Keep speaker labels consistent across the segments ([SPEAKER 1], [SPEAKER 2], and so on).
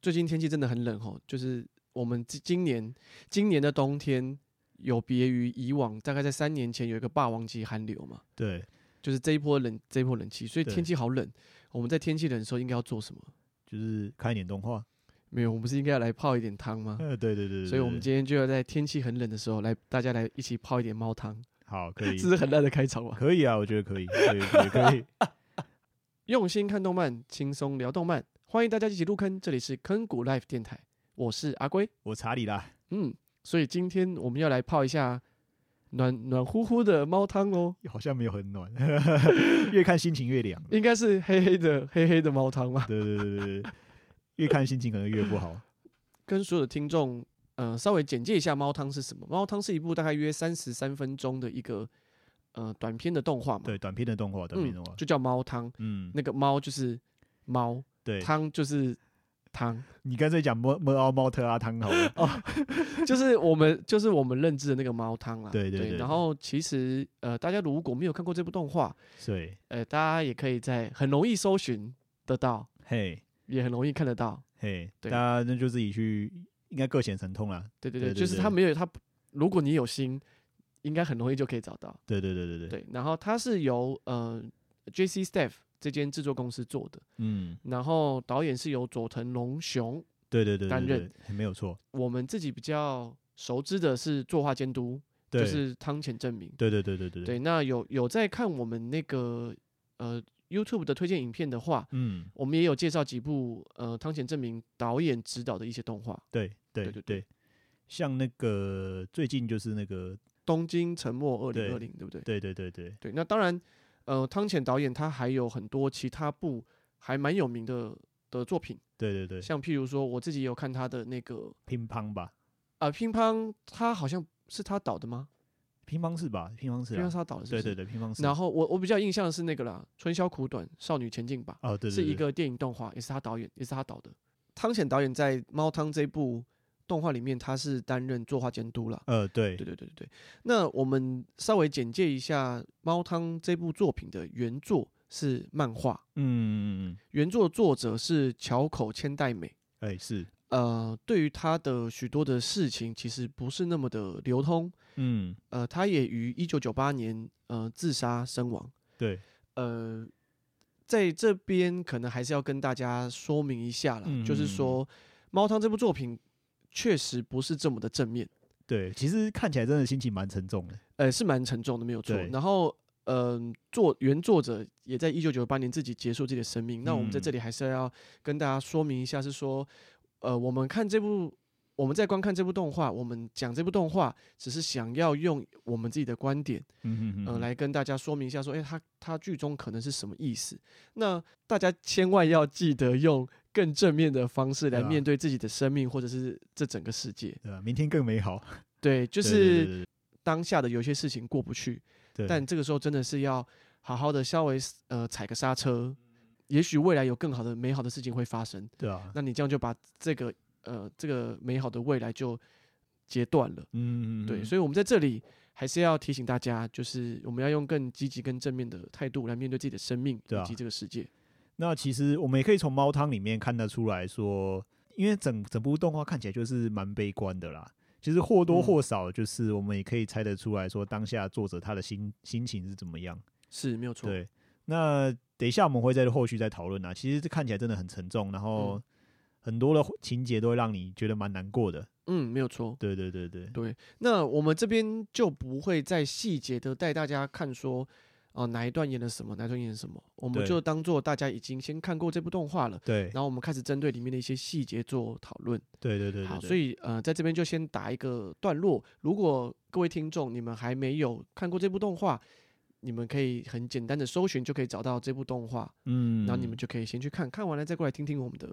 [SPEAKER 1] 最近天气真的很冷哦，就是我们今今年今年的冬天有别于以往，大概在三年前有一个霸王级寒流嘛，
[SPEAKER 2] 对，
[SPEAKER 1] 就是这一波冷这一波冷气，所以
[SPEAKER 2] 对
[SPEAKER 1] 天气好冷。我们在天气冷的时候应该要做什么？
[SPEAKER 2] 就是看一点动画。
[SPEAKER 1] 没有，我们不是应该要来泡一点汤吗？
[SPEAKER 2] 呃，对对对对
[SPEAKER 1] 所以我们
[SPEAKER 2] 对
[SPEAKER 1] 今天就要在天气很冷的时候来，大家来一起泡一点猫汤，
[SPEAKER 2] 好可
[SPEAKER 1] 这
[SPEAKER 2] 以，
[SPEAKER 1] 是很烂的开场吧？
[SPEAKER 2] 可以啊，我觉得可以，可以，可以可以。
[SPEAKER 1] 用心看动漫，轻松聊动漫，欢迎大家一起入坑，这里是坑谷 Life 电台，我是阿龟。
[SPEAKER 2] 我查理啦，
[SPEAKER 1] 嗯，所以今天我们要来泡一下暖暖乎乎的猫汤哦，
[SPEAKER 2] 好像没有很暖， 越看心情越凉。
[SPEAKER 1] 应该是黑黑的黑黑的猫汤吧。
[SPEAKER 2] 对对对对对，越看心情可能越不好。
[SPEAKER 1] 跟所有的听众，呃，稍微简介一下猫汤是什么。猫汤是一部大概约三十三分钟的一个呃短片的动画嘛，
[SPEAKER 2] 对，短片的动画，短片动画
[SPEAKER 1] 嗯，，就叫猫汤。
[SPEAKER 2] 嗯，
[SPEAKER 1] 那个猫就是猫，
[SPEAKER 2] 对，
[SPEAKER 1] 汤 就是汤，
[SPEAKER 2] 你干脆讲猫猫奥猫特阿汤好
[SPEAKER 1] 哦
[SPEAKER 2] 了。
[SPEAKER 1] 就是我们就是我们认知的那个猫汤啦。
[SPEAKER 2] 对对对
[SPEAKER 1] 然后其实呃，大家如果没有看过这部动画，
[SPEAKER 2] 对，
[SPEAKER 1] 呃，大家也可以在很容易搜寻得到，
[SPEAKER 2] 嘿
[SPEAKER 1] 也很容易看得到。
[SPEAKER 2] 嘿，大
[SPEAKER 1] 对
[SPEAKER 2] 家那就自己去，应该各显神通啦。
[SPEAKER 1] 对对
[SPEAKER 2] 对
[SPEAKER 1] 对，
[SPEAKER 2] 对
[SPEAKER 1] 就是它
[SPEAKER 2] 对
[SPEAKER 1] 没有它不，如果你有心，应该很容易就可以找到。
[SPEAKER 2] 对对对对对，
[SPEAKER 1] 对，然后它是由呃 J.C. Staff 这间制作公司做的，
[SPEAKER 2] 嗯，
[SPEAKER 1] 然后导演是由佐藤龙雄。
[SPEAKER 2] 对对对，对
[SPEAKER 1] 担
[SPEAKER 2] 对
[SPEAKER 1] 任
[SPEAKER 2] 嘿没有错。
[SPEAKER 1] 我们自己比较熟知的是作画监督，
[SPEAKER 2] 对，
[SPEAKER 1] 就是汤浅证明。
[SPEAKER 2] 对对对对对
[SPEAKER 1] 对，，那有有在看我们那个呃 YouTube 的推荐影片的话，
[SPEAKER 2] 嗯，
[SPEAKER 1] 我们也有介绍几部呃汤浅证明导演指导的一些动画，《
[SPEAKER 2] 对对
[SPEAKER 1] 对对
[SPEAKER 2] 对，像那个最近就是那个，
[SPEAKER 1] 东京沉默二
[SPEAKER 2] 对
[SPEAKER 1] 零二零》，对不对？
[SPEAKER 2] 对对对对
[SPEAKER 1] 对，那当然，呃，汤浅导演他还有很多其他部还蛮有名的的作品，
[SPEAKER 2] 对对对，
[SPEAKER 1] 像譬如说我自己也有看他的那个
[SPEAKER 2] 乒乓吧，
[SPEAKER 1] 啊、呃乒乓，他好像是他导的吗？
[SPEAKER 2] 乒乓是吧？乒乓是
[SPEAKER 1] 乒乓
[SPEAKER 2] 啊
[SPEAKER 1] 是，他导的是不
[SPEAKER 2] 对
[SPEAKER 1] 是，
[SPEAKER 2] 对对，乒乓是。
[SPEAKER 1] 然后我我比较印象的是那个啦，《春宵苦短，少女前进吧》
[SPEAKER 2] 哦，对对，
[SPEAKER 1] 是一
[SPEAKER 2] 对
[SPEAKER 1] 个电影动画，也是他导演，也是他导的。汤浅导演在《猫汤》这部动画里面，他是担任作画监督啦。
[SPEAKER 2] 呃，对
[SPEAKER 1] 对对对对对。那我们稍微简介一下《猫汤》这部作品的原作是漫画，
[SPEAKER 2] 嗯，嗯嗯
[SPEAKER 1] 原作作者是桥口千代美。
[SPEAKER 2] 嗯，哎是，
[SPEAKER 1] 呃，对于他的许多的事情，其实不是那么的流通。
[SPEAKER 2] 嗯，
[SPEAKER 1] 呃，他也于一九九八年呃自杀身亡。
[SPEAKER 2] 对，
[SPEAKER 1] 呃，在这边可能还是要跟大家说明一下啦，
[SPEAKER 2] 嗯
[SPEAKER 1] 就是说《猫汤》这部作品确实不是这么的正面，
[SPEAKER 2] 对，其实看起来真的心情蛮沉重的。
[SPEAKER 1] 呃，是蛮沉重的，没有错
[SPEAKER 2] 对。
[SPEAKER 1] 然后，嗯、作原作者也在一九九八年自己结束自己的生命。那我们在
[SPEAKER 2] 嗯
[SPEAKER 1] 这里还是要跟大家说明一下，是说，呃，我们看这部。我们在观看这部动画，我们讲这部动画，只是想要用我们自己的观点
[SPEAKER 2] 嗯嗯
[SPEAKER 1] 呃，来跟大家说明一下说，诶，哎它它剧中可能是什么意思？那大家千万要记得用更正面的方式来
[SPEAKER 2] 对啊
[SPEAKER 1] 面对自己的生命，或者是这整个世界。
[SPEAKER 2] 对吧？啊明天更美好，
[SPEAKER 1] 对，就
[SPEAKER 2] 就是
[SPEAKER 1] 当下的有些事情过不去，
[SPEAKER 2] 对，
[SPEAKER 1] 但这个时候真的是要好好的稍微呃踩个刹车，
[SPEAKER 2] 嗯
[SPEAKER 1] 也许未来有更好的美好的事情会发生。
[SPEAKER 2] 对啊，
[SPEAKER 1] 那你这样就把这个呃这个美好的未来就截断了。
[SPEAKER 2] 嗯，
[SPEAKER 1] 对，
[SPEAKER 2] 以
[SPEAKER 1] 所以我们在这里还是要提醒大家，就是我们要用更积极、更正面的态度来面对自己的生命
[SPEAKER 2] 对啊
[SPEAKER 1] 以及这个世界。
[SPEAKER 2] 那其实我们也可以从猫汤里面看得出来说，因为整整部动画看起来就是蛮悲观的啦。其实或多
[SPEAKER 1] 嗯
[SPEAKER 2] 或少，就是我们也可以猜得出来说，当下作者他的心心情是怎么样。
[SPEAKER 1] 是没有错，
[SPEAKER 2] 对，那等一下我们会在后续再讨论啊。其实这看起来真的很沉重，然
[SPEAKER 1] 嗯
[SPEAKER 2] 后很多的情节都会让你觉得蛮难过的。
[SPEAKER 1] 嗯，没有错。
[SPEAKER 2] 对对对对，
[SPEAKER 1] 对，那我们这边就不会再细节的带大家看说，啊、哪一段演了什么，哪一段演了什么，我们
[SPEAKER 2] 对
[SPEAKER 1] 就当做大家已经先看过这部动画了，
[SPEAKER 2] 对
[SPEAKER 1] 然后我们开始针对里面的一些细节做讨论。
[SPEAKER 2] 对对对
[SPEAKER 1] 好，
[SPEAKER 2] 对，
[SPEAKER 1] 所
[SPEAKER 2] 以
[SPEAKER 1] 以呃，在这边就先打一个段落。如果各位听众你们还没有看过这部动画，你们可以很简单的搜寻就可以找到这部动画，
[SPEAKER 2] 嗯，
[SPEAKER 1] 然后你们就可以先去看看完了再过来听听我们的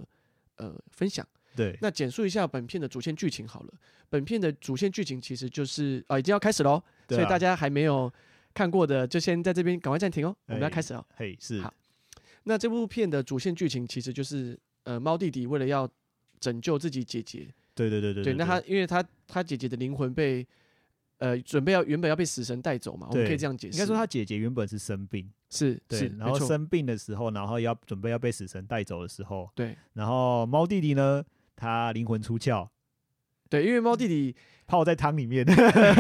[SPEAKER 1] 呃分享。
[SPEAKER 2] 对
[SPEAKER 1] 那简述一下本片的主线剧情好了。本片的主线剧情其实就是啊、已经要开始喽，
[SPEAKER 2] 对
[SPEAKER 1] 所以
[SPEAKER 2] 啊
[SPEAKER 1] 大家还没有看过的就先在这边赶快暂停哦，我们要
[SPEAKER 2] 哎
[SPEAKER 1] 开始哦。
[SPEAKER 2] 嘿是
[SPEAKER 1] 好那这部片的主线剧情其实就是呃猫弟弟为了要拯救自己姐姐，
[SPEAKER 2] 对对对对
[SPEAKER 1] 对，那他因为他他姐姐的灵魂被呃准备要原本要被死神带走嘛，我们
[SPEAKER 2] 对
[SPEAKER 1] 可以这样解释。
[SPEAKER 2] 应该说他姐姐原本是生病，
[SPEAKER 1] 是是
[SPEAKER 2] 对，然后
[SPEAKER 1] 没错
[SPEAKER 2] 生病的时候，然后要准备要被死神带走的时候，
[SPEAKER 1] 对
[SPEAKER 2] 然后猫弟弟呢，他灵魂出窍，
[SPEAKER 1] 对，因为猫弟弟
[SPEAKER 2] 泡在汤里面，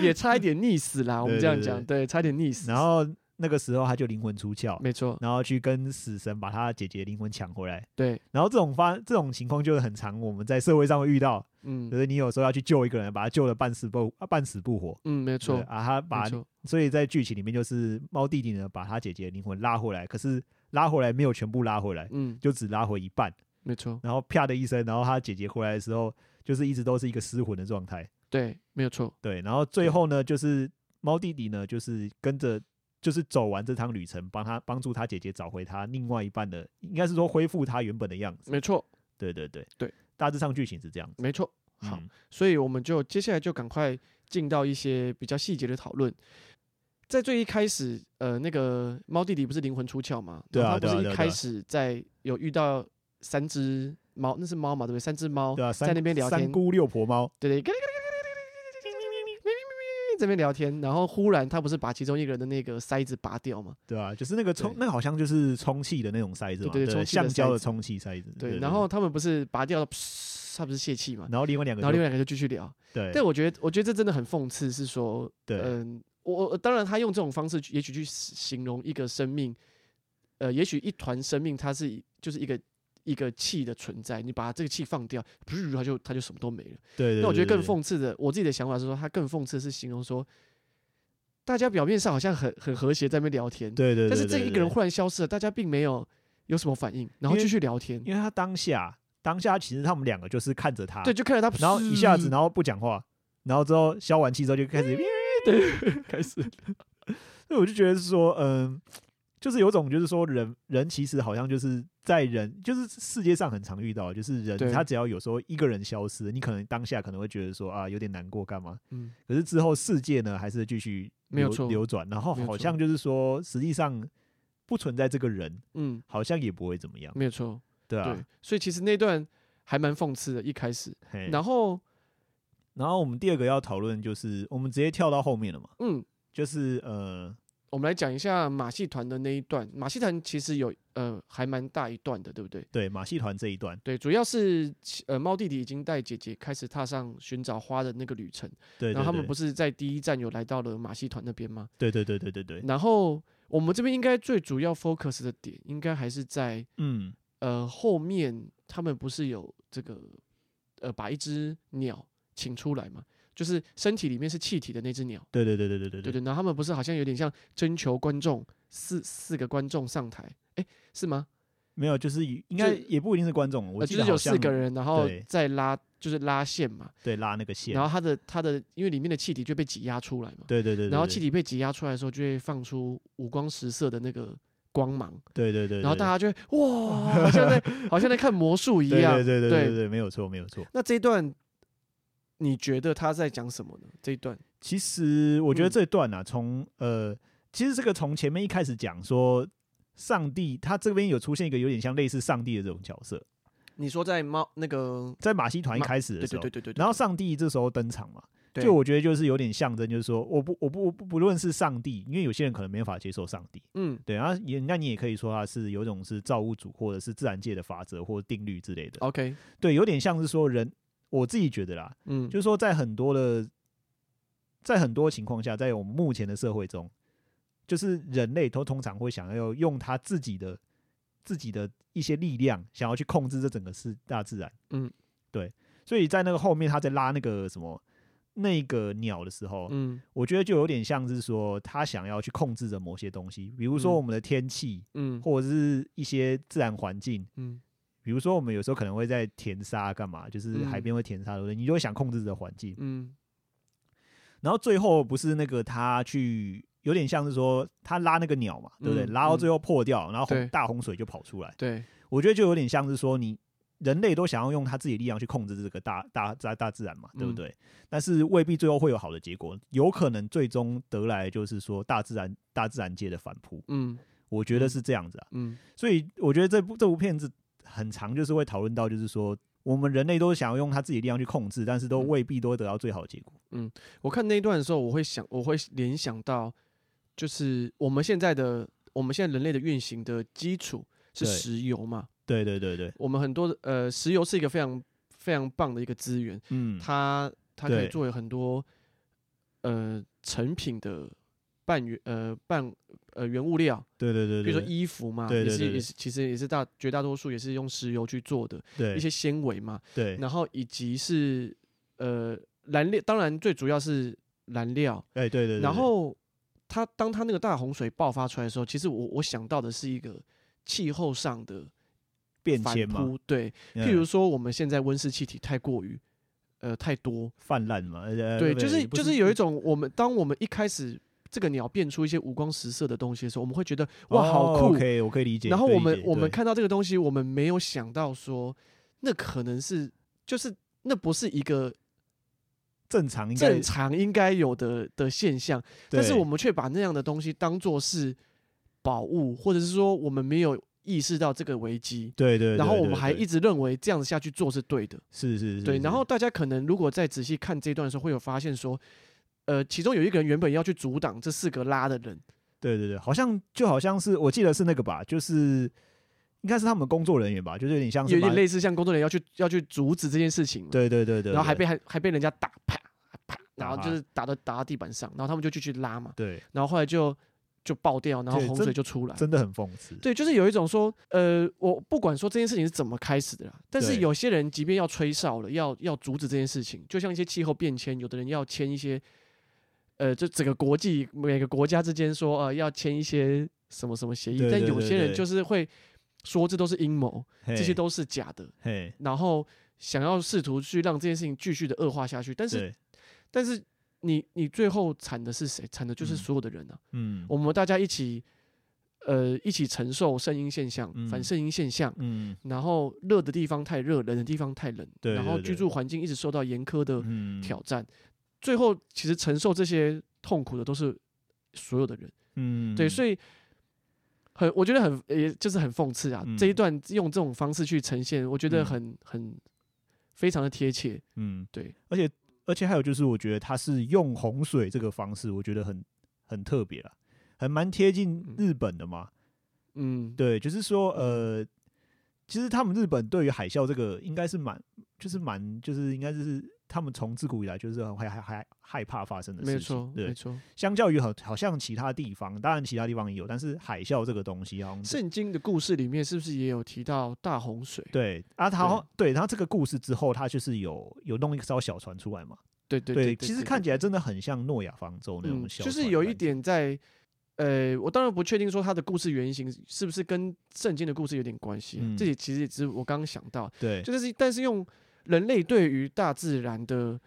[SPEAKER 1] 也差一点溺死 啦，我们
[SPEAKER 2] 对
[SPEAKER 1] 这样
[SPEAKER 2] 对
[SPEAKER 1] 讲，对，差一点溺死。
[SPEAKER 2] 然后那个时候他就灵魂出窍，
[SPEAKER 1] 没错，
[SPEAKER 2] 然后去跟死神把他姐姐灵魂抢回来。
[SPEAKER 1] 对，
[SPEAKER 2] 然后这种发这种情况就是很常我们在社会上会遇到，
[SPEAKER 1] 嗯
[SPEAKER 2] 就是你有时候要去救一个人，把他救的半死不啊半死不活。
[SPEAKER 1] 嗯，没
[SPEAKER 2] 对
[SPEAKER 1] 错，
[SPEAKER 2] 啊，他把
[SPEAKER 1] 没错，
[SPEAKER 2] 所以在剧情里面就是猫弟弟呢把他姐姐的灵魂拉回来，可是拉回来没有全部拉回来，
[SPEAKER 1] 嗯，
[SPEAKER 2] 就只拉回一半，
[SPEAKER 1] 没错，
[SPEAKER 2] 然后啪的一声，然后他姐姐回来的时候就是一直都是一个失魂的状态。
[SPEAKER 1] 对，没有错，
[SPEAKER 2] 对，然后最后呢，就是猫弟弟呢，就是跟着，就是走完这趟旅程，帮他帮助他姐姐找回他另外一半的，应该是说恢复他原本的样子。
[SPEAKER 1] 没错，
[SPEAKER 2] 对对对
[SPEAKER 1] 对，
[SPEAKER 2] 大致上剧情是这样子。
[SPEAKER 1] 没错。好，
[SPEAKER 2] 嗯
[SPEAKER 1] 所以我们就接下来就赶快进到一些比较细节的讨论。在最一开始，呃，那个猫弟弟不是灵魂出窍嘛？
[SPEAKER 2] 对啊
[SPEAKER 1] 然后他
[SPEAKER 2] 对啊
[SPEAKER 1] 不是
[SPEAKER 2] 对啊
[SPEAKER 1] 一
[SPEAKER 2] 对
[SPEAKER 1] 开
[SPEAKER 2] 啊
[SPEAKER 1] 始在有遇到三只猫，那是猫嘛，对不对？三只猫
[SPEAKER 2] 对啊，
[SPEAKER 1] 哦
[SPEAKER 2] 三
[SPEAKER 1] 在那边聊天
[SPEAKER 2] 三，姑六婆猫，
[SPEAKER 1] 对对，这边聊天，然后忽然他不是把其中一个人的那个塞子拔掉嘛？
[SPEAKER 2] 对啊，就是那个充
[SPEAKER 1] 对，
[SPEAKER 2] 那个好像就是充气的那种塞子嘛，
[SPEAKER 1] 对对
[SPEAKER 2] 对，
[SPEAKER 1] 充气的
[SPEAKER 2] 橡胶
[SPEAKER 1] 塞
[SPEAKER 2] 的
[SPEAKER 1] 子
[SPEAKER 2] 充气塞子。
[SPEAKER 1] 对，然后他们不是拔掉了，噗他不是泄气嘛？
[SPEAKER 2] 然后另外两个
[SPEAKER 1] 然后另
[SPEAKER 2] 就，
[SPEAKER 1] 外两个就继续聊。
[SPEAKER 2] 对
[SPEAKER 1] 但我觉得，我觉得这真的很讽刺，是说，
[SPEAKER 2] 对
[SPEAKER 1] 嗯，我我当然他用这种方式去，也许去形容一个生命，呃，也许一团生命，它是就是一个一个气的存在，你把这个气放掉，不是它就它就什么都没了。
[SPEAKER 2] 对，
[SPEAKER 1] 那我觉得更
[SPEAKER 2] 讽
[SPEAKER 1] 讽刺的，我自己的想法是说，它更讽刺是形容说，大家表面上好像很很和谐在那边聊天，
[SPEAKER 2] 对对，
[SPEAKER 1] 但
[SPEAKER 2] 对
[SPEAKER 1] 是这一个人，忽然消失了，大家并没有有什么反应，然后
[SPEAKER 2] 因为
[SPEAKER 1] 继续聊天
[SPEAKER 2] 对，因为他当下当下其实他们两个就是看着他，
[SPEAKER 1] 对，就嗯看着他，
[SPEAKER 2] 然后一下子，
[SPEAKER 1] 噗
[SPEAKER 2] 然后不讲话，然后之后消完气之后就开始，
[SPEAKER 1] 开始，
[SPEAKER 2] 所以我就觉得是说，嗯、就是有种就是说人人其实好像就是在人就是世界上很常遇到，就是人
[SPEAKER 1] 对
[SPEAKER 2] 他只要有时候一个人消失，你可能当下可能会觉得说啊有点难过干嘛，
[SPEAKER 1] 嗯，
[SPEAKER 2] 可是之后世界呢还是继续
[SPEAKER 1] 没有
[SPEAKER 2] 流
[SPEAKER 1] 错
[SPEAKER 2] 流转，然后
[SPEAKER 1] 没有
[SPEAKER 2] 好
[SPEAKER 1] 错
[SPEAKER 2] 像就是说实际上不存在这个人，
[SPEAKER 1] 嗯，
[SPEAKER 2] 好像也不会怎么样，
[SPEAKER 1] 没有错。嗯
[SPEAKER 2] 对
[SPEAKER 1] 对
[SPEAKER 2] 啊，，
[SPEAKER 1] 所以其实那段还蛮讽刺的，一开始。
[SPEAKER 2] 嘿
[SPEAKER 1] 然后，
[SPEAKER 2] 然后我们第二个要讨论就是我们直接跳到后面了嘛，
[SPEAKER 1] 嗯，
[SPEAKER 2] 就是呃。
[SPEAKER 1] 我们来讲一下马戏团的那一段。马戏团其实有呃还蛮大一段的，对不对？
[SPEAKER 2] 对马戏团这一段，
[SPEAKER 1] 对，主要是呃猫弟弟已经带姐姐开始踏上寻找花的那个旅程，
[SPEAKER 2] 对，
[SPEAKER 1] 然后他们
[SPEAKER 2] 对
[SPEAKER 1] 不是在第一站有来到了马戏团那边吗？
[SPEAKER 2] 对对对对对对，
[SPEAKER 1] 然后我们这边应该最主要 focus 的点，应该还是在
[SPEAKER 2] 嗯，
[SPEAKER 1] 呃后面他们不是有这个呃把一只鸟请出来嘛？就是身体里面是气体的那只鸟。
[SPEAKER 2] 对对对对对对
[SPEAKER 1] 对对，然后他们不是好像有点像征求观众四四个观众上台，哎，是吗？
[SPEAKER 2] 没有，就是以应该
[SPEAKER 1] 就
[SPEAKER 2] 也不一定是观众，我
[SPEAKER 1] 呃
[SPEAKER 2] 记
[SPEAKER 1] 就
[SPEAKER 2] 得
[SPEAKER 1] 是有
[SPEAKER 2] 好像
[SPEAKER 1] 四个人，然后
[SPEAKER 2] 对
[SPEAKER 1] 再拉就是拉线嘛，
[SPEAKER 2] 对拉那个线
[SPEAKER 1] 然，后它的它的因为里面的气体就被挤压出来嘛，
[SPEAKER 2] 对对对，对
[SPEAKER 1] 然后
[SPEAKER 2] 对
[SPEAKER 1] 气体被挤压出来的时候就会放出五光十色的那个光芒，
[SPEAKER 2] 对对对，
[SPEAKER 1] 然后大家就会哇，好像在好像在看魔术一
[SPEAKER 2] 对
[SPEAKER 1] 样。
[SPEAKER 2] 对对对对对
[SPEAKER 1] 对
[SPEAKER 2] 对，没有错没有错。
[SPEAKER 1] 那这一段你觉得他在讲什么呢？这一段，
[SPEAKER 2] 其实我觉得
[SPEAKER 1] 嗯
[SPEAKER 2] 这段啊，从呃，其实这个从前面一开始讲说，上帝他这边有出现一个有点像类似上帝的这种角色，
[SPEAKER 1] 你说在猫那个，
[SPEAKER 2] 在马戏团一
[SPEAKER 1] 马
[SPEAKER 2] 开始
[SPEAKER 1] 对
[SPEAKER 2] 的时
[SPEAKER 1] 对
[SPEAKER 2] 候
[SPEAKER 1] 对，对对，
[SPEAKER 2] 然后上帝这时候登场嘛，
[SPEAKER 1] 对
[SPEAKER 2] 就我觉得就是有点象征，就是说我不我不我不不论是上帝，因为有些人可能没法接受上帝，
[SPEAKER 1] 嗯，
[SPEAKER 2] 对，然后也那你也可以说它是有一种是造物主或者是自然界的法则或定律之类的。
[SPEAKER 1] OK，
[SPEAKER 2] 对，有点像是说人，我自己觉得啦，
[SPEAKER 1] 嗯，
[SPEAKER 2] 就是说在很多的，在很多情况下，在我们目前的社会中，就是人类都通常会想要用他自己的自己的一些力量，想要去控制这整个是大自然。
[SPEAKER 1] 嗯，
[SPEAKER 2] 对，所以在那个后面他在拉那个什么那个鸟的时候，
[SPEAKER 1] 嗯
[SPEAKER 2] 我觉得就有点像是说，他想要去控制着某些东西，比如说
[SPEAKER 1] 嗯
[SPEAKER 2] 我们的天气，
[SPEAKER 1] 嗯
[SPEAKER 2] 或者是一些自然环境，
[SPEAKER 1] 嗯
[SPEAKER 2] 比如说我们有时候可能会在填沙干嘛，就是
[SPEAKER 1] 嗯
[SPEAKER 2] 海边会填沙，对不对？你就会想控制着环境。
[SPEAKER 1] 嗯
[SPEAKER 2] 然后最后不是那个他去，有点像是说他拉那个鸟嘛，对不对？
[SPEAKER 1] 嗯
[SPEAKER 2] 拉到最后破掉，然后
[SPEAKER 1] 对
[SPEAKER 2] 洪大洪水就跑出来。
[SPEAKER 1] 对，
[SPEAKER 2] 我觉得就有点像是说你。人类都想要用他自己的力量去控制这个大大大大自然嘛，对不
[SPEAKER 1] 嗯
[SPEAKER 2] 对？但是未必最后会有好的结果，有可能最终得来就是说大自然大自然界的反扑，
[SPEAKER 1] 嗯
[SPEAKER 2] 我觉得
[SPEAKER 1] 嗯
[SPEAKER 2] 是这样子啊。
[SPEAKER 1] 嗯
[SPEAKER 2] 所以我觉得这部这部片子很长，就是会讨论到，就是说我们人类都想要用他自己的力量去控制，但是都
[SPEAKER 1] 嗯
[SPEAKER 2] 未必都会得到最好的结果。
[SPEAKER 1] 我看那一段的时候，我会想，我会联想到，就是我们现在的我们现在人类的运行的基础是
[SPEAKER 2] 对
[SPEAKER 1] 石油嘛，
[SPEAKER 2] 对对对对，
[SPEAKER 1] 我们很多的呃，石油是一个非常非常棒的一个资源，
[SPEAKER 2] 嗯，
[SPEAKER 1] 它它可以
[SPEAKER 2] 对
[SPEAKER 1] 作为很多呃成品的半原呃半呃原物料，
[SPEAKER 2] 对对对
[SPEAKER 1] 比如
[SPEAKER 2] 对，
[SPEAKER 1] 说衣服嘛，
[SPEAKER 2] 对
[SPEAKER 1] 也
[SPEAKER 2] 对
[SPEAKER 1] 是
[SPEAKER 2] 对
[SPEAKER 1] 也
[SPEAKER 2] 对
[SPEAKER 1] 是其实也是大绝大多数也是用石油去做的
[SPEAKER 2] 对
[SPEAKER 1] 一些纤维嘛，
[SPEAKER 2] 对，
[SPEAKER 1] 然后以及是呃燃料，当然最主要是燃料，
[SPEAKER 2] 哎对对对，
[SPEAKER 1] 然
[SPEAKER 2] 对
[SPEAKER 1] 后它当它那个大洪水爆发出来的时候，其实我我想到的是一个气候上的
[SPEAKER 2] 变
[SPEAKER 1] 反
[SPEAKER 2] 迁嘛，
[SPEAKER 1] 扑，对，
[SPEAKER 2] 嗯
[SPEAKER 1] 譬如说我们现在温室气体太过于呃太多，
[SPEAKER 2] 泛滥嘛，呃
[SPEAKER 1] 对，
[SPEAKER 2] 不
[SPEAKER 1] 就是
[SPEAKER 2] 也不
[SPEAKER 1] 就是有一种我们当我们一开始这个鸟变出一些五光十色的东西的时候，我们会觉得哇好酷，
[SPEAKER 2] 哦，OK，我可以理解。
[SPEAKER 1] 然后
[SPEAKER 2] 可以
[SPEAKER 1] 我
[SPEAKER 2] 理
[SPEAKER 1] 们
[SPEAKER 2] 解
[SPEAKER 1] 我们
[SPEAKER 2] 对
[SPEAKER 1] 看到这个东西，我们没有想到说那可能是就是那不是一个
[SPEAKER 2] 正常应该
[SPEAKER 1] 正，常应该有的的现象。但是
[SPEAKER 2] 对
[SPEAKER 1] 我们却把那样的东西当做是宝物，或者是说我们没有意识到这个危机，
[SPEAKER 2] 对对，
[SPEAKER 1] 然后
[SPEAKER 2] 对
[SPEAKER 1] 我
[SPEAKER 2] 对
[SPEAKER 1] 们还
[SPEAKER 2] 对
[SPEAKER 1] 一直认为这样子下去做是对的。
[SPEAKER 2] 是是是，
[SPEAKER 1] 对，然
[SPEAKER 2] 是
[SPEAKER 1] 后大家可能如果再仔细看这一段的时候，会有发现说，呃，其中有一个人原本要去阻挡这四个拉的人，
[SPEAKER 2] 对对对，好像就好像是我记得是那个吧，就是应该是他们工作人员吧，就是有点像是
[SPEAKER 1] 有点
[SPEAKER 2] 把
[SPEAKER 1] 类似像工作人员要去要去阻止这件事情嘛，
[SPEAKER 2] 对对对对，
[SPEAKER 1] 然后还
[SPEAKER 2] 对
[SPEAKER 1] 被还还被人家打啪啪，然后
[SPEAKER 2] 打
[SPEAKER 1] 就是打到打到地板上，然后他们就继续拉嘛，
[SPEAKER 2] 对，
[SPEAKER 1] 然后后来就就爆掉，然后
[SPEAKER 2] 对
[SPEAKER 1] 洪
[SPEAKER 2] 真
[SPEAKER 1] 水就出来。
[SPEAKER 2] 真的很讽刺。
[SPEAKER 1] 啊对，就是有一种说，呃，我不管说这件事情是怎么开始的啦，但是
[SPEAKER 2] 对
[SPEAKER 1] 有些人即便要吹哨了，要要阻止这件事情，就像一些气候变迁，有的人要签一些，呃，就整个国际每个国家之间说，呃，要签一些什么什么协议，
[SPEAKER 2] 对
[SPEAKER 1] 但
[SPEAKER 2] 对
[SPEAKER 1] 有
[SPEAKER 2] 对
[SPEAKER 1] 些人
[SPEAKER 2] 对
[SPEAKER 1] 就是会说这都是阴谋，
[SPEAKER 2] 嘿，
[SPEAKER 1] 这些都是假的，
[SPEAKER 2] 嘿，
[SPEAKER 1] 然后想要试图去让这件事情继续的恶化下去，但是
[SPEAKER 2] 对，
[SPEAKER 1] 但是你你最后惨的是谁？惨的就是
[SPEAKER 2] 嗯
[SPEAKER 1] 所有的人啊。
[SPEAKER 2] 嗯，
[SPEAKER 1] 我们大家一起，呃，一起承受圣音现象、
[SPEAKER 2] 嗯
[SPEAKER 1] 反圣音现象，
[SPEAKER 2] 嗯
[SPEAKER 1] 然后热的地方太热，冷的地方太冷，
[SPEAKER 2] 对
[SPEAKER 1] 然后
[SPEAKER 2] 对
[SPEAKER 1] 居
[SPEAKER 2] 对
[SPEAKER 1] 住环境一直受到严苛的
[SPEAKER 2] 嗯
[SPEAKER 1] 挑战，最后其实承受这些痛苦的都是所有的人，
[SPEAKER 2] 嗯
[SPEAKER 1] 对，所
[SPEAKER 2] 以
[SPEAKER 1] 以。很，我觉得很，也就是很讽刺啊。
[SPEAKER 2] 嗯
[SPEAKER 1] 这一段用这种方式去呈现，我觉得
[SPEAKER 2] 嗯
[SPEAKER 1] 很、很非常的贴切。
[SPEAKER 2] 嗯
[SPEAKER 1] 对，
[SPEAKER 2] 而且而且还有就是，我觉得他是用洪水这个方式，我觉得很很特别了，很蛮贴近
[SPEAKER 1] 嗯
[SPEAKER 2] 日本的嘛。
[SPEAKER 1] 嗯，
[SPEAKER 2] 对，就是说，呃，其实他们日本对于海啸这个应该是蛮，就是蛮，就是应该是他们从自古以来就是很害害害害怕发生的事情。
[SPEAKER 1] 没错，没
[SPEAKER 2] 对，嗯
[SPEAKER 1] 错。
[SPEAKER 2] 相较于好好像其他地方，当然其他地方也有，但是海啸这个东西好像
[SPEAKER 1] 圣经的故事里面是不是也有提到大洪水？
[SPEAKER 2] 对啊，他好像对，然后这个故事之后，他就是有有弄一艘小船出来嘛。
[SPEAKER 1] 对对对，
[SPEAKER 2] 对，其实看起来真的很像诺亚方舟那种
[SPEAKER 1] 嗯，
[SPEAKER 2] 小
[SPEAKER 1] 就
[SPEAKER 2] 船的感觉，
[SPEAKER 1] 是有一点在，呃，我当然不确定说它的故事原型是不是跟圣经的故事有点关系啊、
[SPEAKER 2] 嗯
[SPEAKER 1] 这也其实也只是我刚刚想到，
[SPEAKER 2] 对，
[SPEAKER 1] 就是但是用人类对于大自然的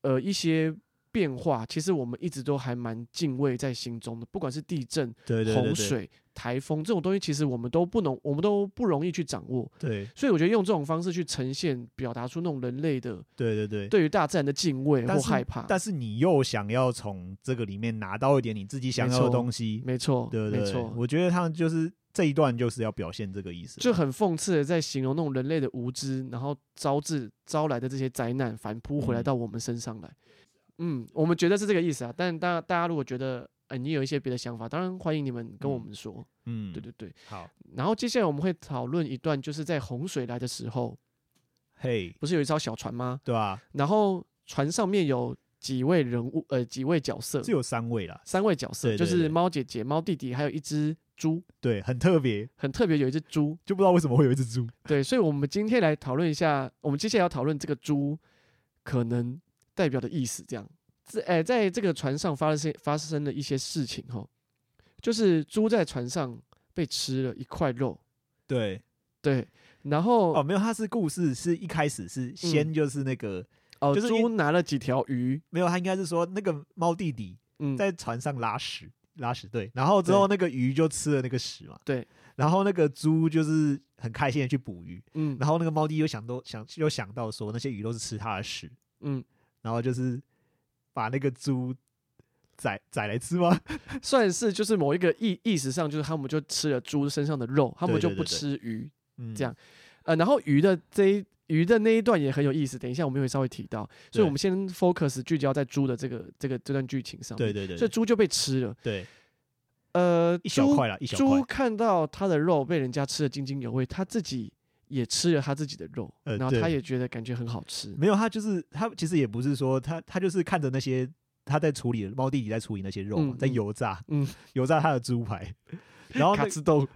[SPEAKER 1] 呃一些变化，其实我们一直都还蛮敬畏在心中的，不管是地震、
[SPEAKER 2] 对对对
[SPEAKER 1] 洪
[SPEAKER 2] 对
[SPEAKER 1] 水、台风这种东西，其实我们都不能，我们都不容易去掌握。
[SPEAKER 2] 对
[SPEAKER 1] 所以我觉得用这种方式去呈现、表达出那种人类的
[SPEAKER 2] 对对对
[SPEAKER 1] 对于大自然的敬畏或
[SPEAKER 2] 但是
[SPEAKER 1] 害怕，
[SPEAKER 2] 但是你又想要从这个里面拿到一点你自己想要
[SPEAKER 1] 没
[SPEAKER 2] 的
[SPEAKER 1] 错
[SPEAKER 2] 东西，
[SPEAKER 1] 没错，
[SPEAKER 2] 对对
[SPEAKER 1] 没
[SPEAKER 2] 对
[SPEAKER 1] 错，
[SPEAKER 2] 我觉得他们就是这一段就是要表现这个意思，
[SPEAKER 1] 就很讽刺的在形容那种人类的无知，然后招致招来的这些灾难反扑回来
[SPEAKER 2] 嗯
[SPEAKER 1] 到我们身上来。嗯我们觉得是这个意思啊，但大大家如果觉得呃你有一些别的想法，当然欢迎你们跟我
[SPEAKER 2] 嗯
[SPEAKER 1] 们说。
[SPEAKER 2] 嗯，
[SPEAKER 1] 对，对对，
[SPEAKER 2] 好，
[SPEAKER 1] 然后接下来我们会讨论一段，就是在洪水来的时候，
[SPEAKER 2] 嘿，
[SPEAKER 1] 不是有一艘小船吗？
[SPEAKER 2] 对吧、啊
[SPEAKER 1] 然后船上面有几位人物，呃，几位角色
[SPEAKER 2] 只，有三位啦，
[SPEAKER 1] 三位角色，
[SPEAKER 2] 对
[SPEAKER 1] 就
[SPEAKER 2] 对
[SPEAKER 1] 是
[SPEAKER 2] 对
[SPEAKER 1] 猫姐姐、猫弟弟，还有一只猪，
[SPEAKER 2] 对，很特别，
[SPEAKER 1] 很特别，有一只猪，
[SPEAKER 2] 就不知道为什么会有一只猪，
[SPEAKER 1] 对，所以，我们今天来讨论一下，我们接下来要讨论这个猪可能代表的意思。这样，在呃，在这个船上发生发生了一些事情哈，就是猪在船上被吃了一块肉，
[SPEAKER 2] 对，
[SPEAKER 1] 对，然后
[SPEAKER 2] 哦，
[SPEAKER 1] 哦嗯
[SPEAKER 2] 没有，他是故事是一开始是先就是那个、就是因
[SPEAKER 1] 哦猪拿了几条鱼，
[SPEAKER 2] 没有，他应该是说那个猫弟弟
[SPEAKER 1] 嗯，
[SPEAKER 2] 在船上拉屎。拉屎对，然后之后那个鱼就吃了那个屎嘛，
[SPEAKER 1] 对，
[SPEAKER 2] 然后那个猪就是很开心的去捕鱼，
[SPEAKER 1] 嗯
[SPEAKER 2] 然后那个猫弟又想都想又想到说那些鱼都是吃它的屎，
[SPEAKER 1] 嗯，
[SPEAKER 2] 然后就是把那个猪宰宰来吃吗？
[SPEAKER 1] 算是就是某一个意意识上，就是他们就吃了猪身上的肉，他们
[SPEAKER 2] 对
[SPEAKER 1] 就
[SPEAKER 2] 对
[SPEAKER 1] 不
[SPEAKER 2] 对对
[SPEAKER 1] 吃鱼，
[SPEAKER 2] 嗯
[SPEAKER 1] 这样呃，然后鱼的这一鱼的那一段也很有意思，等一下我们也会稍微提到，所以
[SPEAKER 2] 对
[SPEAKER 1] 我们先 focus 聚焦在猪的这个这个这段剧情上面。
[SPEAKER 2] 对对对，
[SPEAKER 1] 所以猪就被吃了。
[SPEAKER 2] 对
[SPEAKER 1] 呃，
[SPEAKER 2] 一小
[SPEAKER 1] 猪
[SPEAKER 2] 块啦，一小
[SPEAKER 1] 猪
[SPEAKER 2] 块，
[SPEAKER 1] 看到它的肉被人家吃的津津有味，它自己也吃了他自己的肉，
[SPEAKER 2] 呃
[SPEAKER 1] 然后
[SPEAKER 2] 对
[SPEAKER 1] 他也觉得感觉很好吃。
[SPEAKER 2] 没有，他就是他其实也不是说他他就是看着那些他在处理猫弟弟在处理那些肉嘛，
[SPEAKER 1] 嗯
[SPEAKER 2] 在
[SPEAKER 1] 嗯
[SPEAKER 2] 油炸，
[SPEAKER 1] 嗯，
[SPEAKER 2] 油炸他的 猪排，然后那
[SPEAKER 1] 卡兹豆，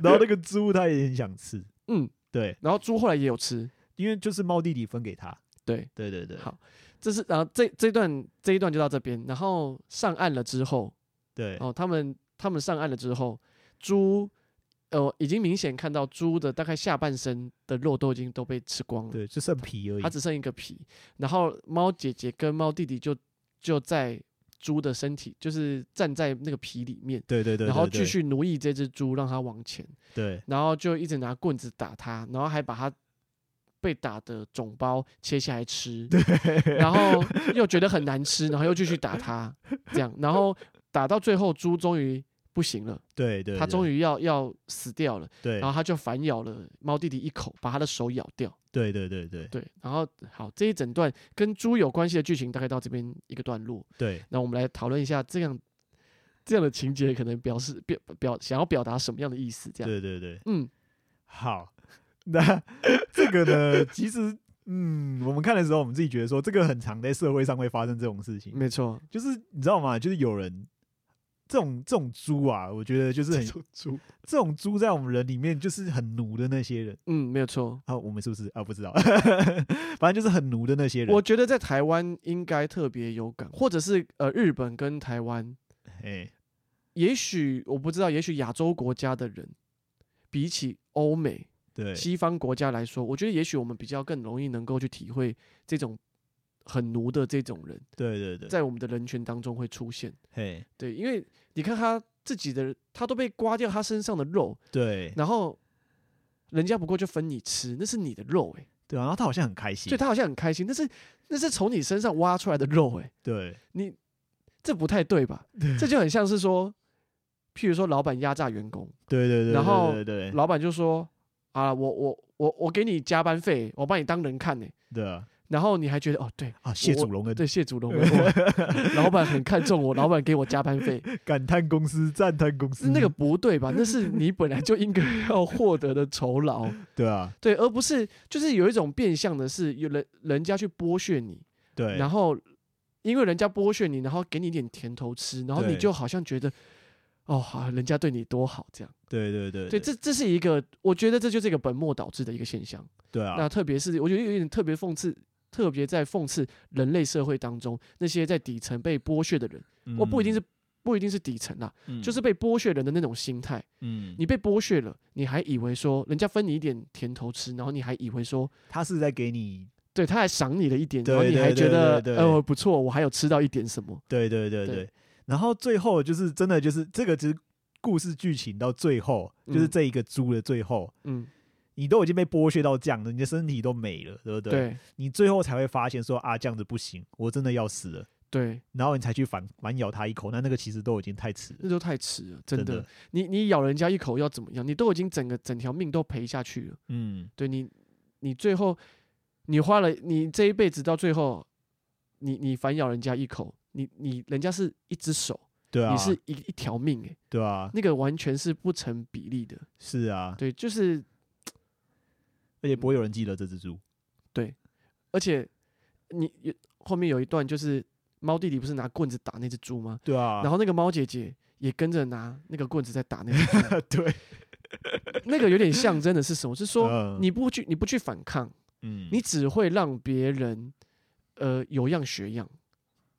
[SPEAKER 2] 然后那个猪他也很想吃，
[SPEAKER 1] 嗯，
[SPEAKER 2] 对，
[SPEAKER 1] 然后猪后来也有吃，
[SPEAKER 2] 因为就是猫弟弟分给他，
[SPEAKER 1] 对，
[SPEAKER 2] 对对对，
[SPEAKER 1] 好这是然后这这一段这一段就到这边，然后上岸了之后，
[SPEAKER 2] 对，
[SPEAKER 1] 哦，他们他们上岸了之后，猪呃已经明显看到猪的大概下半身的肉都已经都被吃光了，
[SPEAKER 2] 对，就剩皮而已
[SPEAKER 1] 它，只剩一个皮，然后猫姐姐跟猫弟弟就就在猪的身体，就是站在那个皮里面，
[SPEAKER 2] 对对对，
[SPEAKER 1] 然后
[SPEAKER 2] 对
[SPEAKER 1] 继，续奴役这只猪，让它往前，
[SPEAKER 2] 对
[SPEAKER 1] 然后就一直拿棍子打它，然后还把它被打的肿包切下来吃，然后又觉得很难吃，然后又继续打它，这样，然后打到最后猪终于不行了，
[SPEAKER 2] 对对，
[SPEAKER 1] 它终
[SPEAKER 2] 于
[SPEAKER 1] 于要要死掉了，
[SPEAKER 2] 对
[SPEAKER 1] 然后它就反咬了猫弟弟一口，把它的手咬掉。
[SPEAKER 2] 对对对对
[SPEAKER 1] 对，然后好，这一整段跟猪有关系的剧情大概到这边一个段落。
[SPEAKER 2] 对，
[SPEAKER 1] 那我们来讨论一下这样这样的情节可能表示表表想要表达什么样的意思？这样，
[SPEAKER 2] 对对对，
[SPEAKER 1] 嗯，
[SPEAKER 2] 好， 那这个呢，其实。嗯，我们看的时候，我们自己觉得说，这个很常在社会上会发生这种事情。
[SPEAKER 1] 没错，
[SPEAKER 2] 就是你知道吗？就是有人这种这种猪啊，我觉得就是很
[SPEAKER 1] 猪，
[SPEAKER 2] 这种猪在我们人里面就是很奴的那些人
[SPEAKER 1] 嗯，没有错。
[SPEAKER 2] 啊，我们是不是啊？不知道， 反正就是很奴的那些人。
[SPEAKER 1] 我觉得在台湾应该特别有感，或者是呃，日本跟台湾，
[SPEAKER 2] 哎，
[SPEAKER 1] 也许我不知道，也许亚洲国家的人比起欧美
[SPEAKER 2] 对
[SPEAKER 1] 西方国家来说，我觉得也许我们比较更容易能够去体会这种很奴的这种人。
[SPEAKER 2] 对对对，
[SPEAKER 1] 在我们的人群当中会出现。
[SPEAKER 2] 嘿，
[SPEAKER 1] 对，因为你看他自己的，他都被刮掉他身上的肉，
[SPEAKER 2] 对
[SPEAKER 1] 然后人家不过就分你吃，那是你的肉哎、
[SPEAKER 2] 对，啊然后他好像很开心
[SPEAKER 1] 所以，他好像很开心，那是那是从你身上挖出来的肉哎、
[SPEAKER 2] 对
[SPEAKER 1] 你这不太对吧？这就很像是说，譬如说老板压榨员工，
[SPEAKER 2] 对对对，
[SPEAKER 1] 然后
[SPEAKER 2] 对对对
[SPEAKER 1] 老板就说啊，我我我我给你加班费，我把你当人看呢、
[SPEAKER 2] 对啊
[SPEAKER 1] 然后你还觉得哦，对
[SPEAKER 2] 啊，谢
[SPEAKER 1] 我
[SPEAKER 2] 祖龙的
[SPEAKER 1] 对，谢祖龙，我老板很看重我，老板给我加班费，
[SPEAKER 2] 感叹公司，赞叹公司，
[SPEAKER 1] 那个不对吧？那是你本来就应该要获得的酬劳，
[SPEAKER 2] 对啊，
[SPEAKER 1] 对，而不是就是有一种变相的是有人人家去剥削你，
[SPEAKER 2] 对，
[SPEAKER 1] 然后因为人家剥削你，然后给你一点甜头吃，然后你
[SPEAKER 2] 对
[SPEAKER 1] 就好像觉得哦，好，人家对你多好这样。
[SPEAKER 2] 对对对
[SPEAKER 1] 对，这这是一个，我觉得这就是一个本末倒置的一个现象。
[SPEAKER 2] 对啊
[SPEAKER 1] 那，特别是我觉得有点特别讽刺。特别在讽刺人类社会当中那些在底层被剥削的人，我不一定是不一定是底层啦，
[SPEAKER 2] 嗯，
[SPEAKER 1] 就是被剥削人的那种心态。
[SPEAKER 2] 嗯，
[SPEAKER 1] 你被剥削了，你还以为说人家分你一点甜头吃，然后你还以为说
[SPEAKER 2] 他是在给你，
[SPEAKER 1] 对他还赏你了一点，
[SPEAKER 2] 对
[SPEAKER 1] 然后你还觉得
[SPEAKER 2] 对对对对
[SPEAKER 1] 呃不错，我还有吃到一点什么。
[SPEAKER 2] 对对对
[SPEAKER 1] 对
[SPEAKER 2] 对，然后最后就是真的就是这个只是故事剧情到最后，就是
[SPEAKER 1] 嗯
[SPEAKER 2] 这一个猪的最后，
[SPEAKER 1] 嗯，
[SPEAKER 2] 你都已经被剥削到这样了，你的身体都没了，对不对？
[SPEAKER 1] 对
[SPEAKER 2] 你最后才会发现说啊，这样子不行，我真的要死了，
[SPEAKER 1] 对，
[SPEAKER 2] 然后你才去反反咬他一口，那那个其实都已经太迟了，
[SPEAKER 1] 那都太迟了，真
[SPEAKER 2] 真
[SPEAKER 1] 的。你你咬人家一口要怎么样？你都已经整个整条命都赔下去了。
[SPEAKER 2] 嗯，
[SPEAKER 1] 对你，你最后你花了你这一辈子到最后，你你反咬人家一口，你你人家是一只手，
[SPEAKER 2] 对啊，
[SPEAKER 1] 你是一一条命、欸，
[SPEAKER 2] 对啊，
[SPEAKER 1] 那个完全是不成比例的。
[SPEAKER 2] 是啊，
[SPEAKER 1] 对，就是
[SPEAKER 2] 而且不会有人记得这只猪，
[SPEAKER 1] 而且你有后面有一段就是猫弟弟不是拿棍子打那只猪吗？
[SPEAKER 2] 对啊，
[SPEAKER 1] 然后那个猫姐姐也跟着拿那个 棍子在打那只猪，
[SPEAKER 2] 后 对，
[SPEAKER 1] 那个有点象征的是什么？是说
[SPEAKER 2] 嗯
[SPEAKER 1] 你不去你不去反抗，
[SPEAKER 2] 嗯
[SPEAKER 1] 你只会让别人呃有样学样。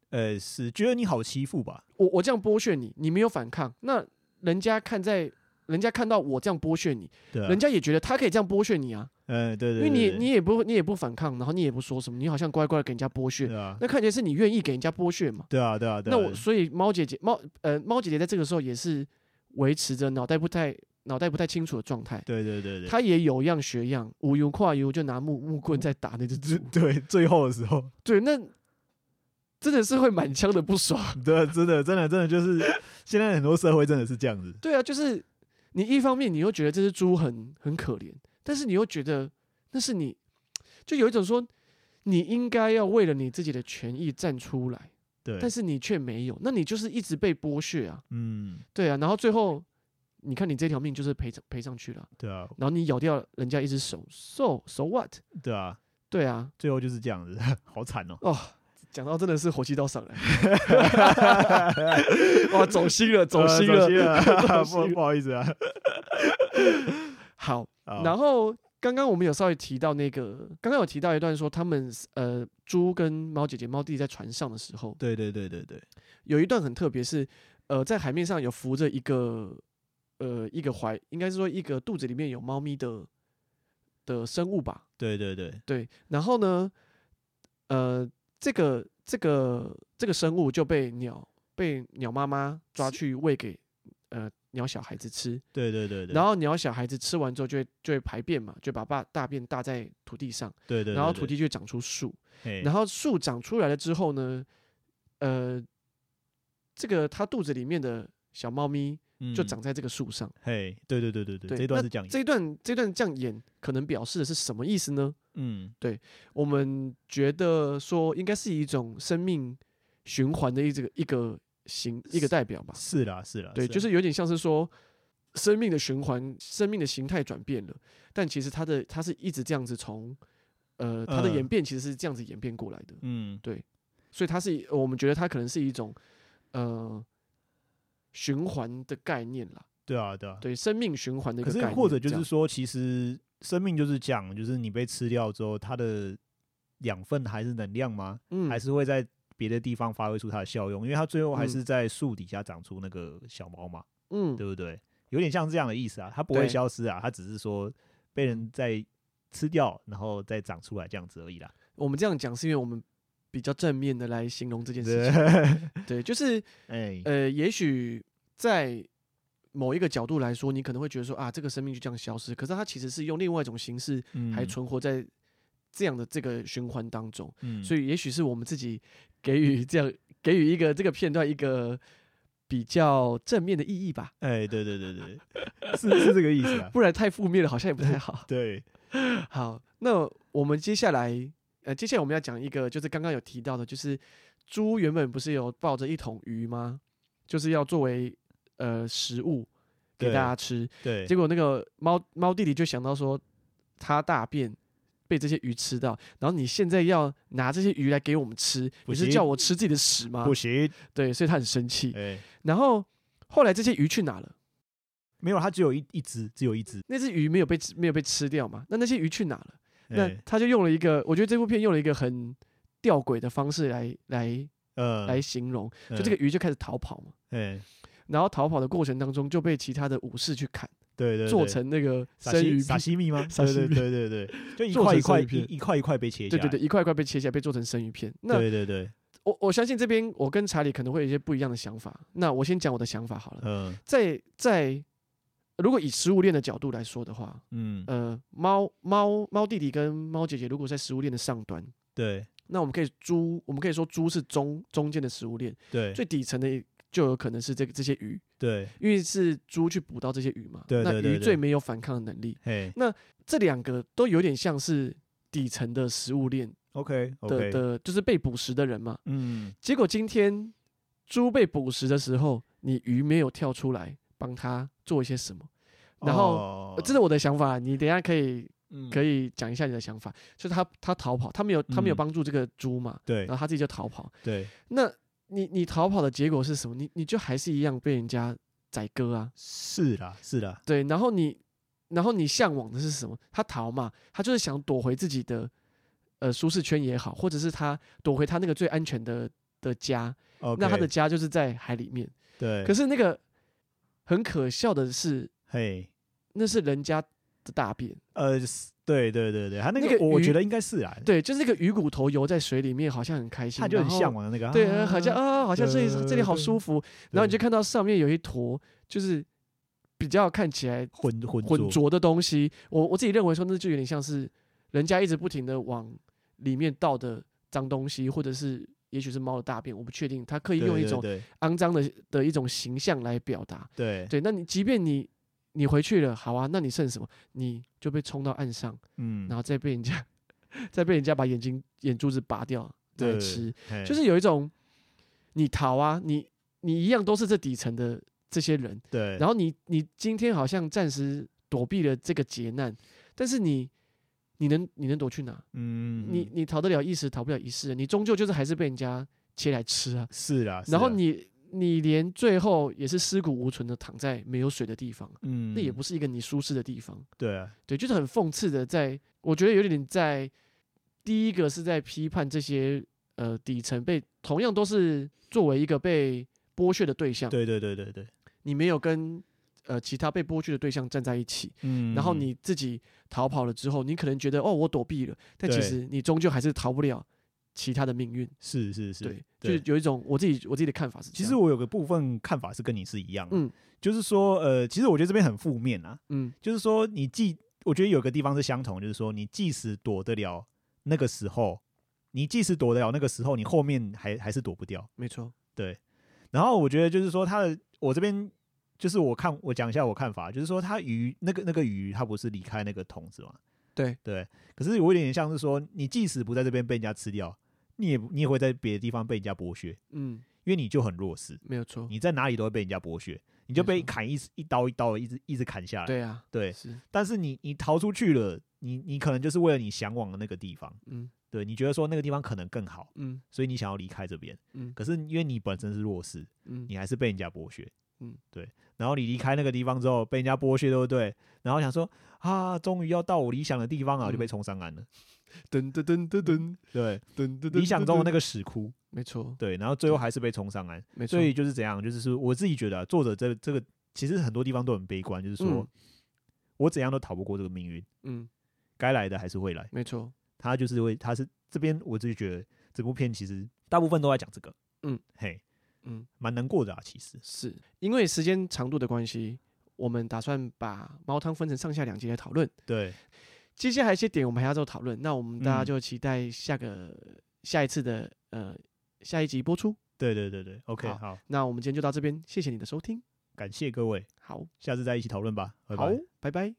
[SPEAKER 2] 呃是觉得你好欺负吧？
[SPEAKER 1] 我我这样剥削你，你没有反抗，那人家看在。人家看到我这样剥削你，
[SPEAKER 2] 对啊，
[SPEAKER 1] 人家也觉得他可以这样剥削你啊，
[SPEAKER 2] 呃对
[SPEAKER 1] 因
[SPEAKER 2] 对，
[SPEAKER 1] 为
[SPEAKER 2] 对
[SPEAKER 1] 你
[SPEAKER 2] 对
[SPEAKER 1] 你也不你也不反抗，然后你也不说什么，你好像乖乖地给人家剥削，
[SPEAKER 2] 对啊，
[SPEAKER 1] 那看起来是你愿意给人家剥削嘛。
[SPEAKER 2] 对啊对啊，对啊
[SPEAKER 1] 那我所以猫姐姐猫呃猫姐姐在这个时候也是维持着脑袋不太脑袋不太清楚的状态，
[SPEAKER 2] 对对对对，
[SPEAKER 1] 她也有样学样，无油跨油就拿木木棍在打那只猪
[SPEAKER 2] 最。 对最后的时候，
[SPEAKER 1] 对，那真的是会满腔的不爽。
[SPEAKER 2] 对，真的真的真的就是现在很多社会真的是这样子，
[SPEAKER 1] 对啊，就是你一方面你又觉得这只猪很很可怜，但是你又觉得那是你，就有一种说你应该要为了你自己的权益站出来，
[SPEAKER 2] 对，
[SPEAKER 1] 但是你却没有，那你就是一直被剥削啊。
[SPEAKER 2] 嗯，
[SPEAKER 1] 对啊，然后最后你看你这条命就是赔赔上去了，
[SPEAKER 2] 对啊，
[SPEAKER 1] 然后你咬掉人家一只手，so so what？
[SPEAKER 2] 对啊，
[SPEAKER 1] 对啊，
[SPEAKER 2] 最后就是这样子， 好惨哦、
[SPEAKER 1] 哦，讲到真的是火气都上来， 哇，走心了， 走心了。走
[SPEAKER 2] 呃 走心了，
[SPEAKER 1] 心
[SPEAKER 2] 不
[SPEAKER 1] 了
[SPEAKER 2] 不好意思啊。
[SPEAKER 1] 好，
[SPEAKER 2] 好
[SPEAKER 1] 然后刚刚我们有稍微提到那个，刚刚有提到一段说他们呃猪跟猫姐姐、猫弟在船上的时候，
[SPEAKER 2] 对对对对对，
[SPEAKER 1] 有一段很特别是，呃在海面上有浮着一个呃一个怀，应该是说一个肚子里面有猫咪的的生物吧，
[SPEAKER 2] 对对对，
[SPEAKER 1] 对，然后呢，呃这个这个这个生物就被鸟被鸟妈妈抓去喂给呃鸟小孩子吃，
[SPEAKER 2] 对对对对，
[SPEAKER 1] 然
[SPEAKER 2] 后
[SPEAKER 1] 后鸟小孩子吃完之后就会就会排便嘛，就把大大便搭在土地上，
[SPEAKER 2] 对对，
[SPEAKER 1] 然后土地就长出树，
[SPEAKER 2] 嘿，
[SPEAKER 1] 然后树长出来了之后呢，呃，这个它肚子里面的小猫咪
[SPEAKER 2] 嗯
[SPEAKER 1] 就长，在这个树上。
[SPEAKER 2] 嘿，对对对对对，
[SPEAKER 1] 对，
[SPEAKER 2] 这一段
[SPEAKER 1] 那
[SPEAKER 2] 是讲，
[SPEAKER 1] 这一段这一段这样演，可能表示的是什么意思呢？
[SPEAKER 2] 嗯，
[SPEAKER 1] 我们觉得说应该是一种生命循环的一这个一个形一个代表吧。
[SPEAKER 2] 是啦啊是啦，
[SPEAKER 1] 对，就是是有点像是说生命的循环，生命的形态转变了，但其实它的它是一直这样子从呃它的演
[SPEAKER 2] 嗯
[SPEAKER 1] 变其实是这样子演变过来的，
[SPEAKER 2] 嗯，
[SPEAKER 1] 所以它是呃我们觉得它可能是一种呃循环的概念啦，
[SPEAKER 2] 对啊对啊，
[SPEAKER 1] 对，生命循环的一
[SPEAKER 2] 可
[SPEAKER 1] 个概
[SPEAKER 2] 是
[SPEAKER 1] 念，
[SPEAKER 2] 或者就
[SPEAKER 1] 这
[SPEAKER 2] 是
[SPEAKER 1] 样
[SPEAKER 2] 说，其实生命就是讲，就是你被吃掉之后，它的养分还是能量吗？
[SPEAKER 1] 嗯
[SPEAKER 2] 还是会在别的地方发挥出它的效用？因为它最后还
[SPEAKER 1] 嗯
[SPEAKER 2] 是在树底下长出那个小猫嘛，
[SPEAKER 1] 嗯
[SPEAKER 2] 对不对？有点像这样的意思啊，它不会
[SPEAKER 1] 对
[SPEAKER 2] 消失啊，它只是说被人在吃掉，然后再长出来这样子而已啦。
[SPEAKER 1] 我们这样讲是因为我们比较正面的来形容这件事
[SPEAKER 2] 对
[SPEAKER 1] 情，， 对，就是
[SPEAKER 2] 哎，
[SPEAKER 1] 呃，也许在某一个角度来说，你可能会觉得说啊，这个生命就这样消失，可是它其实是用另外一种形式还
[SPEAKER 2] 嗯，
[SPEAKER 1] 存活在这样的这个循环当中，
[SPEAKER 2] 嗯，
[SPEAKER 1] 所以也许是我们自己给予这样给予一个这个片段一个比较正面的意义吧，
[SPEAKER 2] 哎，对对对对，对是是这个意思 啊。。
[SPEAKER 1] 不然太负面了好像也不太好
[SPEAKER 2] 对，
[SPEAKER 1] 好，那我们接下来呃，接下来我们要讲一个就是刚刚有提到的，就是猪原本不是有抱着一桶鱼吗？就是要作为呃食物给
[SPEAKER 2] 对
[SPEAKER 1] 大家吃，
[SPEAKER 2] 对，
[SPEAKER 1] 结果那个猫猫弟弟就想到说，它大便被这些鱼吃到，然后你现在要拿这些鱼来给我们吃，
[SPEAKER 2] 不
[SPEAKER 1] 你是
[SPEAKER 2] 行
[SPEAKER 1] 叫我吃自己的屎吗
[SPEAKER 2] 不？行，
[SPEAKER 1] 对，所以他很生气。
[SPEAKER 2] 哎，
[SPEAKER 1] 然后后来这些鱼去哪了？
[SPEAKER 2] 没有，它只有一一只，只有一只。
[SPEAKER 1] 那只鱼没有被吃没有被吃掉嘛？那那些鱼去哪了？那
[SPEAKER 2] 哎
[SPEAKER 1] 他就用了一个，我觉得这部片用了一个很吊诡的方式来来
[SPEAKER 2] 呃，
[SPEAKER 1] 来形容，就这
[SPEAKER 2] 嗯
[SPEAKER 1] 个，鱼就开始逃跑嘛。
[SPEAKER 2] 哎，
[SPEAKER 1] 然后逃跑的过程当中就被其他的武士去砍，
[SPEAKER 2] 对对，
[SPEAKER 1] 做
[SPEAKER 2] 对
[SPEAKER 1] 成那个
[SPEAKER 2] 沙
[SPEAKER 1] 生
[SPEAKER 2] 西
[SPEAKER 1] 鱼
[SPEAKER 2] 沙
[SPEAKER 1] 片。
[SPEAKER 2] 西米吗？
[SPEAKER 1] 沙西
[SPEAKER 2] 对
[SPEAKER 1] 米
[SPEAKER 2] 对对对对，就一
[SPEAKER 1] 做
[SPEAKER 2] 块
[SPEAKER 1] 成
[SPEAKER 2] 一块
[SPEAKER 1] 生鱼
[SPEAKER 2] 一
[SPEAKER 1] 片
[SPEAKER 2] 一块一块被切下
[SPEAKER 1] 对
[SPEAKER 2] 来。
[SPEAKER 1] 对对，一块一块被切下来，被做成生鱼片。那
[SPEAKER 2] 对对对，
[SPEAKER 1] 我我相信这边我跟查理可能会有一些不一样的想法。那我先讲我的想法好了。
[SPEAKER 2] 嗯
[SPEAKER 1] 在在如果以食物链的角度来说的话，
[SPEAKER 2] 嗯，
[SPEAKER 1] 呃，猫猫猫弟弟跟猫姐姐如果在食物链的上端，
[SPEAKER 2] 对
[SPEAKER 1] 那我们可以猪，我们可以说猪是中中间的食物链，
[SPEAKER 2] 对
[SPEAKER 1] 最底层的就有可能是这个这些鱼，
[SPEAKER 2] 对，
[SPEAKER 1] 因为是猪去捕到这些鱼嘛。
[SPEAKER 2] 对对对
[SPEAKER 1] 那鱼
[SPEAKER 2] 对
[SPEAKER 1] 最没有反抗的能力，
[SPEAKER 2] 嘿
[SPEAKER 1] 这两个都有点像是底层的食物链
[SPEAKER 2] ，OK
[SPEAKER 1] 的
[SPEAKER 2] OK，
[SPEAKER 1] 的，就是被捕食的人嘛。
[SPEAKER 2] 嗯，
[SPEAKER 1] 结果今天猪被捕食的时候，你鱼没有跳出来帮它做一些什么，
[SPEAKER 2] 哦
[SPEAKER 1] 然后、
[SPEAKER 2] 后
[SPEAKER 1] 呃这是我的想法，你等一下可以可
[SPEAKER 2] 以
[SPEAKER 1] 以讲一下你的想法。就是它它逃跑，它没有它没有
[SPEAKER 2] 嗯嗯
[SPEAKER 1] 帮助这个猪嘛，
[SPEAKER 2] 对
[SPEAKER 1] 然后它自己就逃跑。
[SPEAKER 2] 对
[SPEAKER 1] 那你你逃跑的结果是什么？你你就还是一样被人家宰割啊，
[SPEAKER 2] 是啦是啦，
[SPEAKER 1] 对，然后你然后你向往的是什么？他逃嘛，他就是想躲回自己的呃舒适圈也好，或者是他躲回他那个最安全的的家。那他的
[SPEAKER 2] OK，
[SPEAKER 1] 家就是在海里面。
[SPEAKER 2] 对，
[SPEAKER 1] 可
[SPEAKER 2] 是
[SPEAKER 1] 是那个很可笑的是，
[SPEAKER 2] 嘿。
[SPEAKER 1] 那是人家的大便，
[SPEAKER 2] 呃，是对对对对，他那
[SPEAKER 1] 那
[SPEAKER 2] 个
[SPEAKER 1] 个
[SPEAKER 2] 我
[SPEAKER 1] 鱼
[SPEAKER 2] 觉得应该是啊，
[SPEAKER 1] 对，就是那个鱼骨头游在水里面，好像很开心，
[SPEAKER 2] 他就很
[SPEAKER 1] 然后
[SPEAKER 2] 向。往的那个，
[SPEAKER 1] 对，
[SPEAKER 2] 啊
[SPEAKER 1] 呃好像啊，好像这里
[SPEAKER 2] 对
[SPEAKER 1] 这里好
[SPEAKER 2] 对
[SPEAKER 1] 舒服，然后你就
[SPEAKER 2] 对
[SPEAKER 1] 看到上面有一坨，就是比较看起来
[SPEAKER 2] 混混
[SPEAKER 1] 浑
[SPEAKER 2] 浊，
[SPEAKER 1] 浊的东西。我我自己认为说，那就有点像是人家一直不停的往里面倒的脏东西，或者是也许是猫的大便，我不确定。他刻意
[SPEAKER 2] 对
[SPEAKER 1] 用一
[SPEAKER 2] 对
[SPEAKER 1] 种
[SPEAKER 2] 对
[SPEAKER 1] 肮脏的的一种形象来表达。
[SPEAKER 2] 对，
[SPEAKER 1] 对，那你即便你你回去了，好啊，那你剩什么？你就被冲到岸上，
[SPEAKER 2] 嗯
[SPEAKER 1] 然，后再被人家 再被人家把眼睛眼珠子拔掉拿来
[SPEAKER 2] 对
[SPEAKER 1] 吃，
[SPEAKER 2] 嘿
[SPEAKER 1] 就是有一种你逃啊，你你一样都是这底层的这些人，
[SPEAKER 2] 对，
[SPEAKER 1] 然后你你今天好像暂时躲避了这个劫难，但是你你能你能躲去哪？
[SPEAKER 2] 嗯，
[SPEAKER 1] 你你逃得了一时，逃不了一世，啊你终究就是还是被人家切来吃啊。
[SPEAKER 2] 是啦，是
[SPEAKER 1] 然后
[SPEAKER 2] 啦
[SPEAKER 1] 你你连最后也是尸骨无存的躺在没有水的地方，
[SPEAKER 2] 嗯，
[SPEAKER 1] 那也不是一个你舒适的地方。
[SPEAKER 2] 对啊，
[SPEAKER 1] 对，就是很讽刺的在，我觉得有点在第一个是在批判这些呃底层被同样都是作为一个被剥削的对象，
[SPEAKER 2] 对对对对对，
[SPEAKER 1] 你没有跟呃其他被剥削的对象站在一起，
[SPEAKER 2] 嗯，
[SPEAKER 1] 然后你自己逃跑了之后，你可能觉得哦我躲避了，但其
[SPEAKER 2] 对
[SPEAKER 1] 实你终究还是逃不了其他的命运。
[SPEAKER 2] 是是是，
[SPEAKER 1] 对，就是有一种我自己我自己的看法是这
[SPEAKER 2] 其
[SPEAKER 1] 样，
[SPEAKER 2] 实我有个部分看法是跟你是一样的，
[SPEAKER 1] 嗯
[SPEAKER 2] 就是说，呃，其实我觉得这边很负面啊，
[SPEAKER 1] 嗯
[SPEAKER 2] 就是说你既我觉得有个地方是相同，就是说你即使躲得了那个时候，你即使躲得了那个时候，你后面还还是躲不掉。
[SPEAKER 1] 没错，
[SPEAKER 2] 然后我觉得就是说他的，我这边就是我看我讲一下我看法，就是说他鱼那个那个鱼，它不是离开那个桶子嘛？
[SPEAKER 1] 对
[SPEAKER 2] 对，可是我有点像是说，你即使不在这边被人家吃掉，你也你也会在别的地方被人家剥削，
[SPEAKER 1] 嗯
[SPEAKER 2] 因为你就很弱势。
[SPEAKER 1] 没有错，
[SPEAKER 2] 你在哪里都会被人家剥削，你就被
[SPEAKER 1] 哦没错
[SPEAKER 2] 砍一一刀一刀的，一直一直砍下来。
[SPEAKER 1] 对啊
[SPEAKER 2] 对
[SPEAKER 1] 是
[SPEAKER 2] 但是你你逃出去了，你你可能就是为了你向往的那个地方，
[SPEAKER 1] 嗯
[SPEAKER 2] 对你觉得说那个地方可能更好，
[SPEAKER 1] 嗯
[SPEAKER 2] 所以你想要离开这边。
[SPEAKER 1] 嗯
[SPEAKER 2] 可是因为你本身是弱势，
[SPEAKER 1] 嗯
[SPEAKER 2] 你还是被人家剥削。
[SPEAKER 1] 嗯，
[SPEAKER 2] 对。然后你离开那个地方之后，被人家剥削，对不对？然后想说啊，终于要到我理想的地方
[SPEAKER 1] 嗯
[SPEAKER 2] 了，就被冲上岸了。
[SPEAKER 1] 噔噔噔噔噔
[SPEAKER 2] 对，
[SPEAKER 1] 噔噔，
[SPEAKER 2] 理想中的那
[SPEAKER 1] 个
[SPEAKER 2] 个石窟，
[SPEAKER 1] 没错
[SPEAKER 2] 对。然后最后还是被冲上岸。
[SPEAKER 1] 没错
[SPEAKER 2] 所，以就是怎样，就是说我自己觉得、啊、作者这这个其实很多地方都很悲观，就是说、
[SPEAKER 1] 嗯
[SPEAKER 2] 我怎样都逃不过这个命运，
[SPEAKER 1] 嗯
[SPEAKER 2] 该来的还是会来。
[SPEAKER 1] 没错
[SPEAKER 2] 他就是会，他是这边我自己觉得这部片其实大部分都在讲这个，
[SPEAKER 1] 嗯，
[SPEAKER 2] 嘿，
[SPEAKER 1] 嗯
[SPEAKER 2] 蛮难过的啊，其实，
[SPEAKER 1] 是因为时间长度的关系，我们打算把猫汤分成上下两集来讨论，
[SPEAKER 2] 对，
[SPEAKER 1] 接下来一些点我们还要做讨论，那我们大家
[SPEAKER 2] 嗯
[SPEAKER 1] 就期待下个下一次的呃下一集播出。
[SPEAKER 2] 对对对对，OK，
[SPEAKER 1] 好
[SPEAKER 2] 好
[SPEAKER 1] 那我们今天就到这边，谢谢你的收听，
[SPEAKER 2] 感谢各位，
[SPEAKER 1] 好，
[SPEAKER 2] 下次再一起讨论吧，拜
[SPEAKER 1] 好
[SPEAKER 2] 拜。，
[SPEAKER 1] 拜拜。